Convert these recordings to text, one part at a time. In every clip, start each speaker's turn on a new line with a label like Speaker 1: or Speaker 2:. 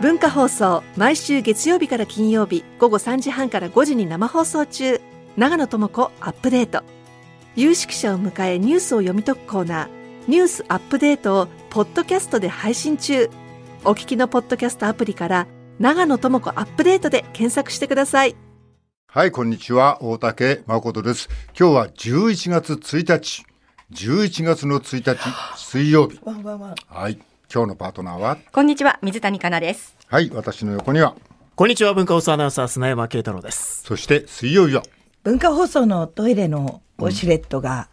Speaker 1: 文化放送毎週月曜日から金曜日午後3時半から5時に生放送中長野智子アップデート有識者を迎えニュースを読み解くコーナー「ニュースアップデート」をポッドキャストで配信中お聞きのポッドキャストアプリから「長野智子アップデート」で検索してください
Speaker 2: はい、こんにちは。大竹誠です。今日は11月1日。11月の1日、水曜日。
Speaker 3: わんわんわん。
Speaker 2: はい。今日のパートナーは、
Speaker 3: こんにちは、水谷香奈です。
Speaker 2: はい、私の横には、
Speaker 4: こんにちは、文化放送アナウンサー、砂山慶太郎です。
Speaker 2: そして水曜日は、
Speaker 5: 文化放送のトイレのウォシュレットが、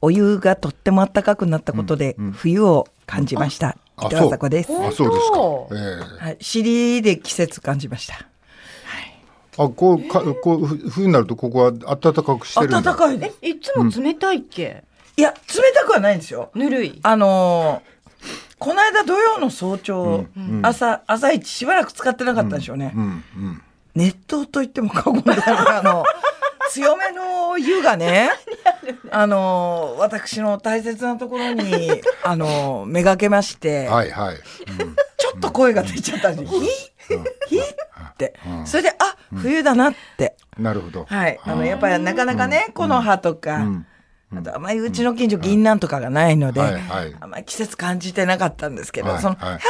Speaker 5: お湯がとっても暖かくなったことで、冬を感じました。
Speaker 2: あ
Speaker 5: 北朝子です。
Speaker 2: あ、そうです
Speaker 3: 本当
Speaker 2: か。え
Speaker 5: はい、尻で季節感じました。
Speaker 2: えあ、こう、かこう、ふ冬になるとここは暖かくしてるんだ。
Speaker 5: 暖かいです。
Speaker 3: いつも冷たいっけ、
Speaker 5: いや、冷たくはないんですよ。
Speaker 3: ぬるい。
Speaker 5: あのーこの間土曜の早朝、朝、朝一しばらく使ってなかったんでしょうね。
Speaker 2: うん、うん。
Speaker 5: 熱湯と言っても過言ではないあ の強めの湯がねあの私の大切なところにあのめがけまして、
Speaker 2: はい、はい。うん
Speaker 5: ちょっと声が出ちゃったんですひひって、それであ冬だなって、
Speaker 2: なるほど。
Speaker 5: はいあのやっぱりなかなかね、木の葉とか、あとあまりうちの近所銀杏とかがないので、
Speaker 2: はいはい
Speaker 5: あんまり季節感じてなかったんですけど、
Speaker 2: はい
Speaker 5: その「
Speaker 2: はい
Speaker 5: はっ!」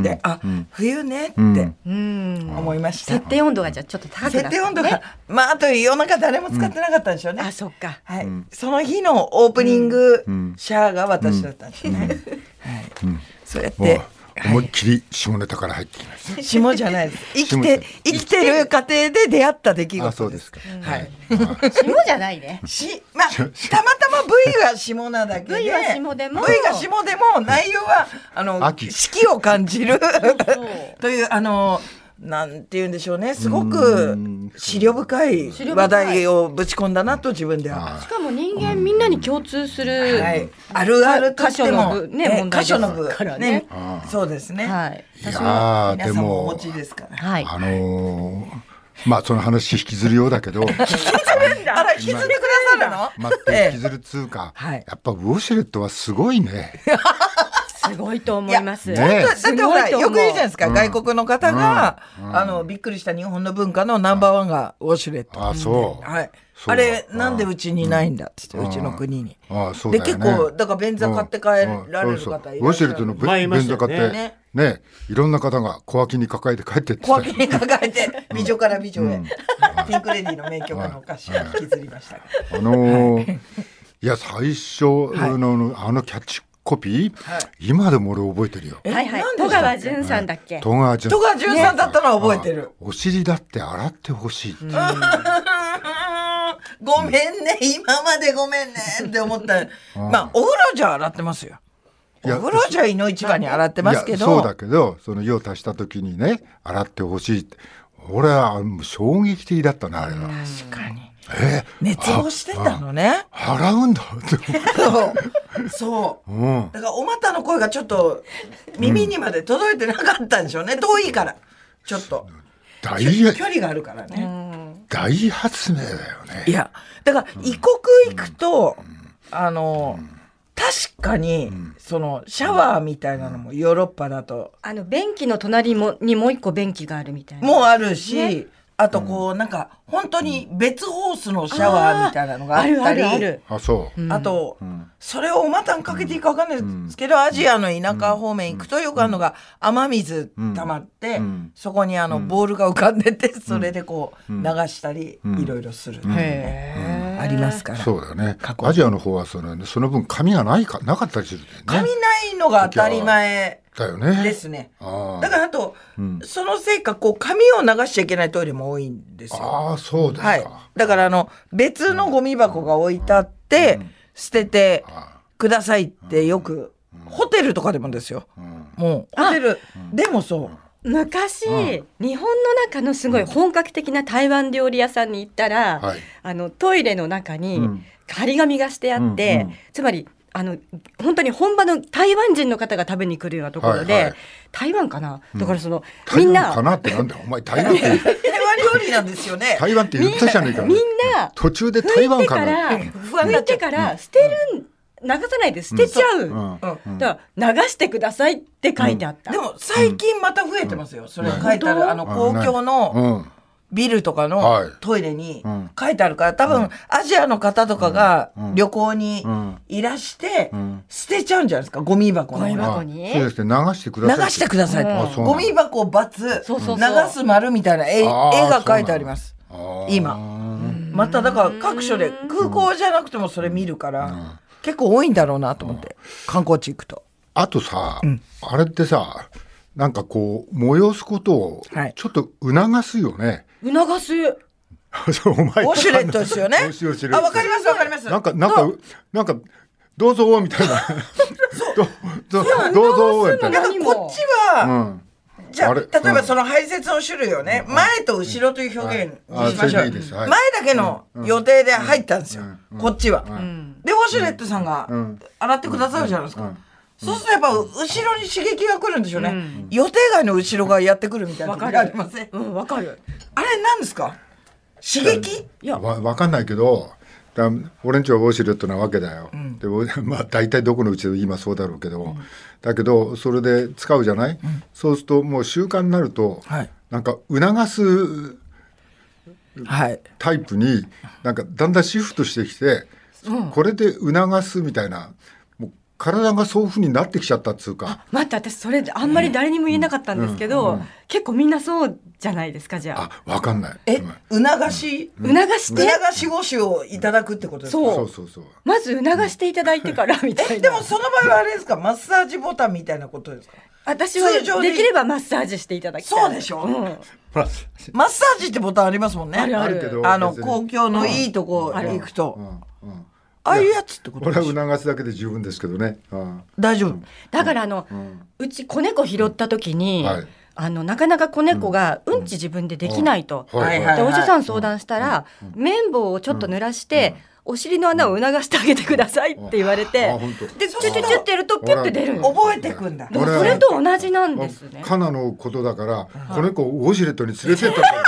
Speaker 5: って、あ、冬ねって
Speaker 3: うん。
Speaker 5: 思いました。
Speaker 3: 設定温度がじゃあちょっと高くなった、
Speaker 5: 設
Speaker 3: ね。
Speaker 5: 定温度が、まああと夜中誰も使ってなかったんでしょうね、
Speaker 3: あ、そっか。
Speaker 5: はいその日のオープニングシャアが私だったんですね、はいそうやっ
Speaker 2: も
Speaker 5: て
Speaker 2: う、思いっきり下ネタから入ってきまし
Speaker 5: 下じゃないです生き
Speaker 2: 下じゃな
Speaker 5: て生きてる過程で出会った出来
Speaker 2: た。あ、そ
Speaker 5: 事
Speaker 2: う
Speaker 5: で
Speaker 2: ですすか。
Speaker 5: はい
Speaker 3: 霜じゃないね。
Speaker 5: しまあ、たまたま V が下なだけで
Speaker 3: V は下でも
Speaker 5: V が下でも内容はあの
Speaker 2: 秋
Speaker 5: 四季を感じる
Speaker 3: う
Speaker 5: というあのなんて言うんでしょうねすごく資料深い
Speaker 3: 料深い
Speaker 5: 話題をぶち込んだなと自分では。
Speaker 3: しかも人間みんなに共通する。
Speaker 5: はい、あるあるとしても
Speaker 3: 箇所の部ね
Speaker 5: え
Speaker 3: 問題
Speaker 5: 箇所の部
Speaker 3: ですからね
Speaker 5: ねそうですね、
Speaker 3: はい。
Speaker 2: いやー、
Speaker 5: 皆
Speaker 2: で
Speaker 5: さんもお
Speaker 2: も
Speaker 5: 持、ちですから
Speaker 3: はい。
Speaker 2: あのー、まあ、その話引きずるようだけ ど、
Speaker 5: あら引きずってくださるの
Speaker 2: 待って
Speaker 5: ええ
Speaker 2: 引きずるつうか、
Speaker 5: はい
Speaker 2: やっぱウォシュレットはすごいね。
Speaker 3: すごいと思います。
Speaker 2: いやね
Speaker 5: だだってほら
Speaker 3: すごいと思う
Speaker 5: よく言うじゃないですか、外国の方が、あのびっくりした日本の文化のナンバーワンがウォシュレット、
Speaker 2: あそう。
Speaker 5: はい、
Speaker 2: そう
Speaker 5: あれ
Speaker 2: うん
Speaker 5: なんでうちにないんだって言ってうちの国に
Speaker 2: ああそうだ
Speaker 5: で
Speaker 2: よね
Speaker 5: 結構だから便座買って帰られ
Speaker 2: うん
Speaker 5: る
Speaker 2: そうそう
Speaker 5: 方い
Speaker 2: ウ
Speaker 5: ら
Speaker 2: ォ
Speaker 5: っし
Speaker 2: シ
Speaker 5: ゃ
Speaker 2: ュレット
Speaker 5: る
Speaker 2: の
Speaker 4: 前いま
Speaker 2: 便
Speaker 4: した
Speaker 2: 座買っ
Speaker 4: よね
Speaker 2: て、ね
Speaker 5: ね
Speaker 2: いろんな方が小脇に抱えて帰ってって
Speaker 5: 小
Speaker 2: 言っ
Speaker 5: 脇
Speaker 2: てた
Speaker 5: に抱えて美女から美女へ、 ピンクレディーの名曲のお菓子を引きずりましたが
Speaker 2: あのーいや、最初の、あのキャッチコピー、今でも俺覚えてるよ。
Speaker 3: はいはい
Speaker 5: なん。で
Speaker 3: 戸
Speaker 5: したっけ
Speaker 3: 川淳さんだっけ。
Speaker 2: 戸川淳
Speaker 5: 戸川淳さんだったのは覚えてる。
Speaker 2: お尻だって洗ってほしいって。
Speaker 5: ごめんね、今までごめんねって思った。まあ、お風呂じゃ洗ってますよ。お
Speaker 2: いや
Speaker 5: 風呂じゃいの一番に洗ってますけど。
Speaker 2: いやそうだけどその用足した時にね洗ってほしいって俺はもう衝撃的だったなあれは、
Speaker 5: 確かに。熱をしてたのね。
Speaker 2: 払うんだって
Speaker 5: そう。そう。
Speaker 2: うん
Speaker 5: だから、お股の声がちょっと耳にまで届いてなかったんでしょうね。遠いから。ちょっと。
Speaker 2: 大
Speaker 5: 距離があるからね。
Speaker 2: 大発明だよね
Speaker 5: いや、だから異国行くと、あの、確かに、そのシャワーみたいなのもヨーロッパだと、
Speaker 3: あの便器の隣もにもう一個便器があるみたいな。
Speaker 5: もうあるし、あとこう、なんか本当に別ホースのシャワーみたいなのがあったり、
Speaker 3: あるある
Speaker 2: あそう、
Speaker 5: あと、それをお股にかけていいかわかんないですけど、アジアの田舎方面行くとよくあるのが雨水溜まって、そこにあのボールが浮かんでて、それでこう流したり、いろいろするっていう
Speaker 3: ある。
Speaker 5: ね、
Speaker 3: へ
Speaker 5: ありますから。
Speaker 2: そうだよねアジアの方はその,、ね、その分髪がないかなかったりするんだよね
Speaker 5: 髪ないのが当たり前
Speaker 2: だよね
Speaker 5: ですね。
Speaker 2: ああ
Speaker 5: だからあと、そのせいかこう髪を流しちゃいけないトイレも多いんですよ。
Speaker 2: ああそうですか、
Speaker 5: はい。だからあの別のゴミ箱が置いてあって、捨てて
Speaker 2: あ
Speaker 5: くださいってよく、ホテルとかでもですよ。もうホテルでもそう。
Speaker 3: 昔、日本の中のすごい本格的な台湾料理屋さんに行ったら、
Speaker 2: はい
Speaker 3: あのトイレの中に張り紙がしてあって、
Speaker 2: うんうん
Speaker 3: つまりあの本当に本場の台湾人の方が食べに来るようなところで、
Speaker 2: はいはい
Speaker 3: 台湾かな、だからその
Speaker 2: 台
Speaker 3: みん
Speaker 2: 湾
Speaker 3: な
Speaker 2: かなってなんだよお前台湾って
Speaker 5: 台湾料理なんですよね。
Speaker 2: 台湾って言ったじゃねえか
Speaker 3: みんな
Speaker 2: 途中で台
Speaker 3: 拭い
Speaker 2: 湾
Speaker 3: て
Speaker 2: か
Speaker 3: か
Speaker 2: な
Speaker 3: ら
Speaker 5: 不安にな
Speaker 3: 拭
Speaker 5: っ
Speaker 3: い
Speaker 5: ちゃ
Speaker 3: て
Speaker 5: う
Speaker 3: から捨てるん流さないで捨てちゃう。
Speaker 2: うん
Speaker 3: だから流してくださいって書いてあった。
Speaker 5: でも最近また増えてますよ、それ書いてあ
Speaker 3: 本
Speaker 5: る
Speaker 3: 当
Speaker 5: あの公共の
Speaker 2: うん
Speaker 5: ビルとか
Speaker 2: は
Speaker 5: の
Speaker 2: い
Speaker 5: トイレに
Speaker 2: うん
Speaker 5: 書いてあるから多分アジアの方とかが
Speaker 2: うん
Speaker 5: 旅行に
Speaker 2: うん
Speaker 5: いらして
Speaker 2: うん
Speaker 5: 捨てちゃうんじゃないですかゴミ箱
Speaker 3: ゴミ
Speaker 5: の
Speaker 3: 箱
Speaker 2: はい
Speaker 3: に
Speaker 2: そうですね流してく
Speaker 5: 流
Speaker 2: ださい
Speaker 5: してください
Speaker 3: あ
Speaker 5: っ
Speaker 2: そうな
Speaker 5: て
Speaker 2: んだ
Speaker 5: ゴミ箱×
Speaker 3: そうそうそう
Speaker 5: 流す丸みたいな絵絵
Speaker 2: あー
Speaker 5: が書いてあります
Speaker 2: あー
Speaker 5: 今
Speaker 2: うん
Speaker 5: まただから各所で空港じゃなくてもそれ見るから結構多いんだろうなと思って観光地行くと
Speaker 2: あとさ、あれってさなんかこう催すことを
Speaker 5: はい
Speaker 2: ちょっと促すよね、
Speaker 3: 促す。
Speaker 2: そうお前
Speaker 5: ウォシュレットですよね
Speaker 2: ウォシュウォシュレッ
Speaker 5: あ
Speaker 2: ト
Speaker 5: わかりますわかります
Speaker 2: なんかなんかなんかどうぞみたい などどどうぞみたい
Speaker 5: な
Speaker 2: な、
Speaker 5: んかこっちは、
Speaker 2: うん、
Speaker 5: じゃあ
Speaker 2: あれ
Speaker 5: 例えばそ
Speaker 2: の、
Speaker 5: の排泄の種類をね、前と後ろという表現にしましょ
Speaker 2: は
Speaker 5: う、
Speaker 2: いあそれでいいですはい
Speaker 5: 前だけの予定で入ったんですよ、こっちは、でウォシュレットさんが
Speaker 2: ん
Speaker 5: 洗ってくださるじゃないですか、
Speaker 2: うんうん
Speaker 5: そうするとやっぱ後ろに刺激が来るんでしょうね、予定外の後ろがやってくるみたいな
Speaker 3: わか
Speaker 5: 時
Speaker 3: る。
Speaker 5: があります
Speaker 3: うん、わかる。
Speaker 5: あれ何ですか刺激
Speaker 3: いや、
Speaker 2: わわかんないけどだ俺んちはウォシュレットなわけだよ、でウォ まあ大体どこのうちでも今そうだろうけど、だけどそれで使うじゃない、そうするともう習慣になると、
Speaker 5: はい
Speaker 2: なんか促す
Speaker 5: はい
Speaker 2: タイプになんかだんだんシフトしてきて、これで促すみたいなもう体がそういうふうになってきちゃったっつうか
Speaker 3: 待って、私それあんまり誰にも言えなかったんですけど、結構みんなそうじゃないですか、じゃあ。
Speaker 2: あわかんない
Speaker 5: え
Speaker 2: ごめん
Speaker 5: 促し、
Speaker 3: 促して、
Speaker 5: 促しウォシュをいただくってことですか
Speaker 3: そう
Speaker 2: そうそうそう
Speaker 3: まず促していただいてから、みたいな。
Speaker 5: でもその場合はあれですかマッサージボタンみたいなことですか
Speaker 3: 私は
Speaker 5: 通常に
Speaker 3: できればマッサージしていただきたい。
Speaker 5: そうでしょ
Speaker 3: うん
Speaker 2: ほら
Speaker 5: マッサージってボタンありますもんね
Speaker 3: ある
Speaker 2: あるけど
Speaker 5: あの
Speaker 2: 別に
Speaker 5: 公共のいいとこ行くと、
Speaker 2: うんうん
Speaker 5: ああいうやつってこと
Speaker 2: 俺
Speaker 5: でしょ
Speaker 2: は促すだけで十分ですけどね、うん
Speaker 5: 大丈夫
Speaker 3: だからあの、うち子猫拾った時に、
Speaker 2: はい
Speaker 3: あのなかなか子猫がうんち自分でできないと、
Speaker 5: はいはい
Speaker 3: でお医者さん相談したら、綿棒をちょっと濡らして、お尻の穴を促してあげてくださいって言われて、
Speaker 2: あ本当
Speaker 3: でチュチュチュってやるとピュって出るんです
Speaker 5: 覚えてくんだ
Speaker 3: でもそれと同じなんですね。
Speaker 2: カナのことだから、この子をウォシュレットに連れてったんだよ。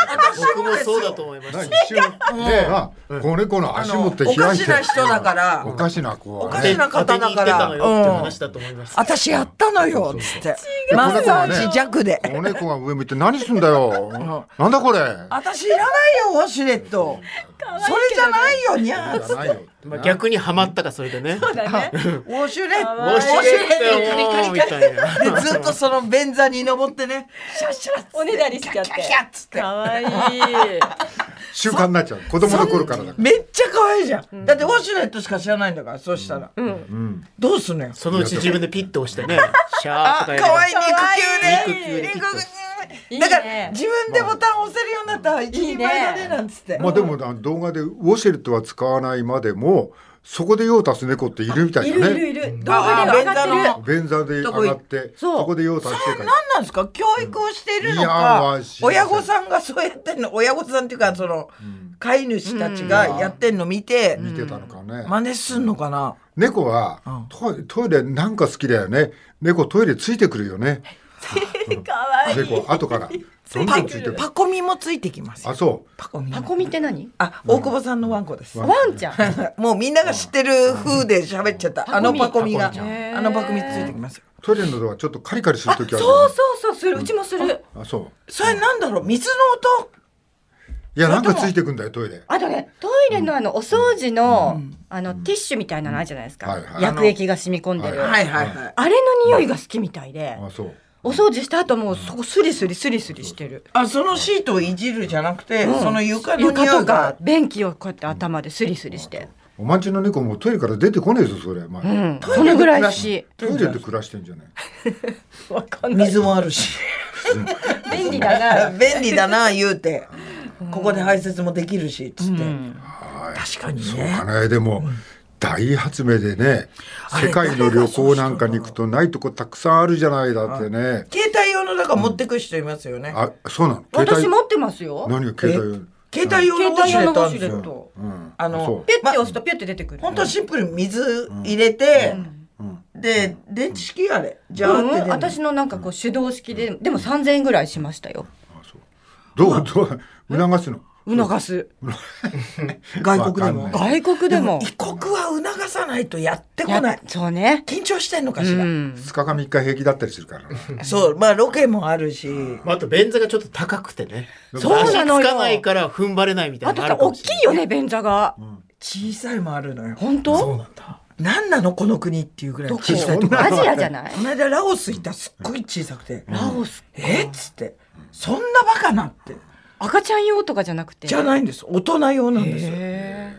Speaker 4: 僕もそうだと思います。
Speaker 2: な一瞬で、あこの子の足持って
Speaker 5: おか
Speaker 2: 開いて
Speaker 5: しな人だから
Speaker 2: おかしな子
Speaker 5: お
Speaker 2: は
Speaker 5: かし
Speaker 2: ね
Speaker 5: な方だから
Speaker 4: 勝手に言ってたのよっていう話だと思います。
Speaker 5: 私やったのよつってマッサージ弱で
Speaker 2: この子が上向いて何すんだよなんだこれ
Speaker 5: 私いらないよウォシュレットそれじゃないよにゃー
Speaker 2: じゃないよ
Speaker 4: まあ、逆にハマったかそれでね。
Speaker 3: だね
Speaker 5: ウォシュレット
Speaker 4: 面白いって思うみたい
Speaker 5: で
Speaker 4: な。
Speaker 5: ずっとその便座に登ってねシャッシャッ
Speaker 3: おねだりしちゃって
Speaker 5: キャッキャッつって
Speaker 3: かわいい
Speaker 2: 習慣になっちゃう子供の頃からだから
Speaker 5: めっちゃ可愛いじゃんだってウォシュレットしか知らないんだからそうしたらどうすんのよ
Speaker 4: そのうち自分でピッと押してね。シャー
Speaker 5: あ
Speaker 4: とかやれば
Speaker 5: 可愛い肉
Speaker 4: 肉
Speaker 5: 球
Speaker 4: 球
Speaker 5: ね
Speaker 4: でピッと。
Speaker 3: いい
Speaker 5: だ
Speaker 3: ね
Speaker 5: から自分でボタン押せるようになったら一人前だねなんつって
Speaker 2: まあでもな動画でウォシュレットは使わないまでもそこで用を足す猫っているみたい
Speaker 3: い
Speaker 2: な
Speaker 3: るいる
Speaker 2: ね
Speaker 3: いる動画では上がってる
Speaker 5: あ
Speaker 2: 便座で上がって
Speaker 3: そう
Speaker 2: そこで用を足してから
Speaker 5: 何なんですか教育をしているの
Speaker 2: いやま
Speaker 5: か
Speaker 2: あ知りません
Speaker 5: 親御さんがそうやってんの親御さんっていうかその飼い主たちがやってんの見て
Speaker 2: 見てたのかね
Speaker 5: 真似すんのかな
Speaker 2: 猫はトイトイレなんか好きだよね猫トイレついてくるよね
Speaker 3: かわいい
Speaker 2: 猫後からどんど
Speaker 5: パ
Speaker 2: んついてくる
Speaker 5: パコミもついてきます
Speaker 2: あそう
Speaker 5: パコミ
Speaker 3: パコミって何
Speaker 5: あ大久保さんのワンコです
Speaker 2: ワ
Speaker 3: ワンちゃん
Speaker 5: もうみんなが知ってる風で喋っちゃったあのパコミが
Speaker 2: パコミ
Speaker 5: あのパコミついてきますよ
Speaker 2: トイレのドアちょっとカリカリするときある
Speaker 3: そうそうそうするうちもする
Speaker 2: あそう
Speaker 5: それなんだろう水の音
Speaker 2: いやなんかついてくんだよトイレ
Speaker 3: あとねトイレのあのお掃除の、あのティッシュみたいなのあるじゃないですか、
Speaker 2: はいはい
Speaker 3: 薬液が染み込んでる、
Speaker 2: は
Speaker 5: はいはいはい
Speaker 3: あれの匂いが好きみたいで、
Speaker 2: あそう
Speaker 3: お掃除した後もそこスリスリスリスリしてる、
Speaker 5: あそのシートをいじるじゃなくてその床の匂
Speaker 3: 床と
Speaker 5: いが
Speaker 3: か便器をこうやって頭でスリスリして、
Speaker 2: おまんちの猫もうトイレから出てこねえぞそれ前、
Speaker 3: うん、そのぐらい好き
Speaker 2: トイレで暮らしてんじゃない
Speaker 3: わかんない
Speaker 5: 水もあるし
Speaker 3: 便利だな
Speaker 5: 便利だな言うて、ここで排泄もできるしつって、確かに
Speaker 2: そう
Speaker 5: ね
Speaker 2: かねでも、大発明でね世界の旅行なんかに行くとないとこたくさんあるじゃないだってね
Speaker 5: 携帯用のだから持ってく人いますよね、
Speaker 2: あそうなの
Speaker 3: 私持ってますよ
Speaker 2: 何が携帯
Speaker 5: 携帯用のウォ
Speaker 3: 携帯
Speaker 5: シュ
Speaker 3: 用
Speaker 5: レ
Speaker 3: の
Speaker 5: ット
Speaker 3: ウ
Speaker 5: あ
Speaker 3: ォ
Speaker 5: る
Speaker 3: シ
Speaker 5: ん
Speaker 2: うん
Speaker 5: ですよあの
Speaker 3: ュレット、ピュッて押すとピュッて出てくる、
Speaker 5: 本当シンプルに水入れて、で電池式あれじゃあ、
Speaker 3: うん
Speaker 5: っ
Speaker 3: う
Speaker 5: て出
Speaker 3: ん、
Speaker 5: る
Speaker 3: 私のなんかこう手動式で、でも3000円ぐらいしましたよ
Speaker 2: どうどう促すの
Speaker 3: 促す。
Speaker 5: 外国でも
Speaker 2: わかんない
Speaker 3: 外国でも。
Speaker 5: 異国は促さないとやってこない
Speaker 3: やそうね。
Speaker 5: 緊張してんのか
Speaker 3: う
Speaker 5: しら、
Speaker 3: ん。
Speaker 2: 2日か3日平気だったりするからな
Speaker 5: そうまあロケもあるし
Speaker 4: まあ、あと便座がちょっと高くてね
Speaker 3: そうなの
Speaker 4: 足
Speaker 3: よ
Speaker 4: つかないから踏ん張れないみた
Speaker 3: あ
Speaker 4: いな
Speaker 3: と
Speaker 4: のあ
Speaker 3: さ
Speaker 4: る、か
Speaker 3: 大
Speaker 4: もしれ
Speaker 3: き
Speaker 4: ない
Speaker 3: よね、便座が。
Speaker 5: 小さいもあるのよ
Speaker 3: 本当
Speaker 4: そうなんだ
Speaker 5: 何なのこの国っていうぐらい
Speaker 3: ど
Speaker 5: の
Speaker 3: こ
Speaker 5: 小さいとこ
Speaker 2: な
Speaker 3: アジアじゃない
Speaker 5: この間ラオス行ったらすっごい小さくて
Speaker 3: ラオス
Speaker 5: 「えっ?」つって「そんなバカな」って
Speaker 3: 赤ちゃん用とかじゃなくて。
Speaker 5: じゃないんです大人用なんですよ
Speaker 3: へ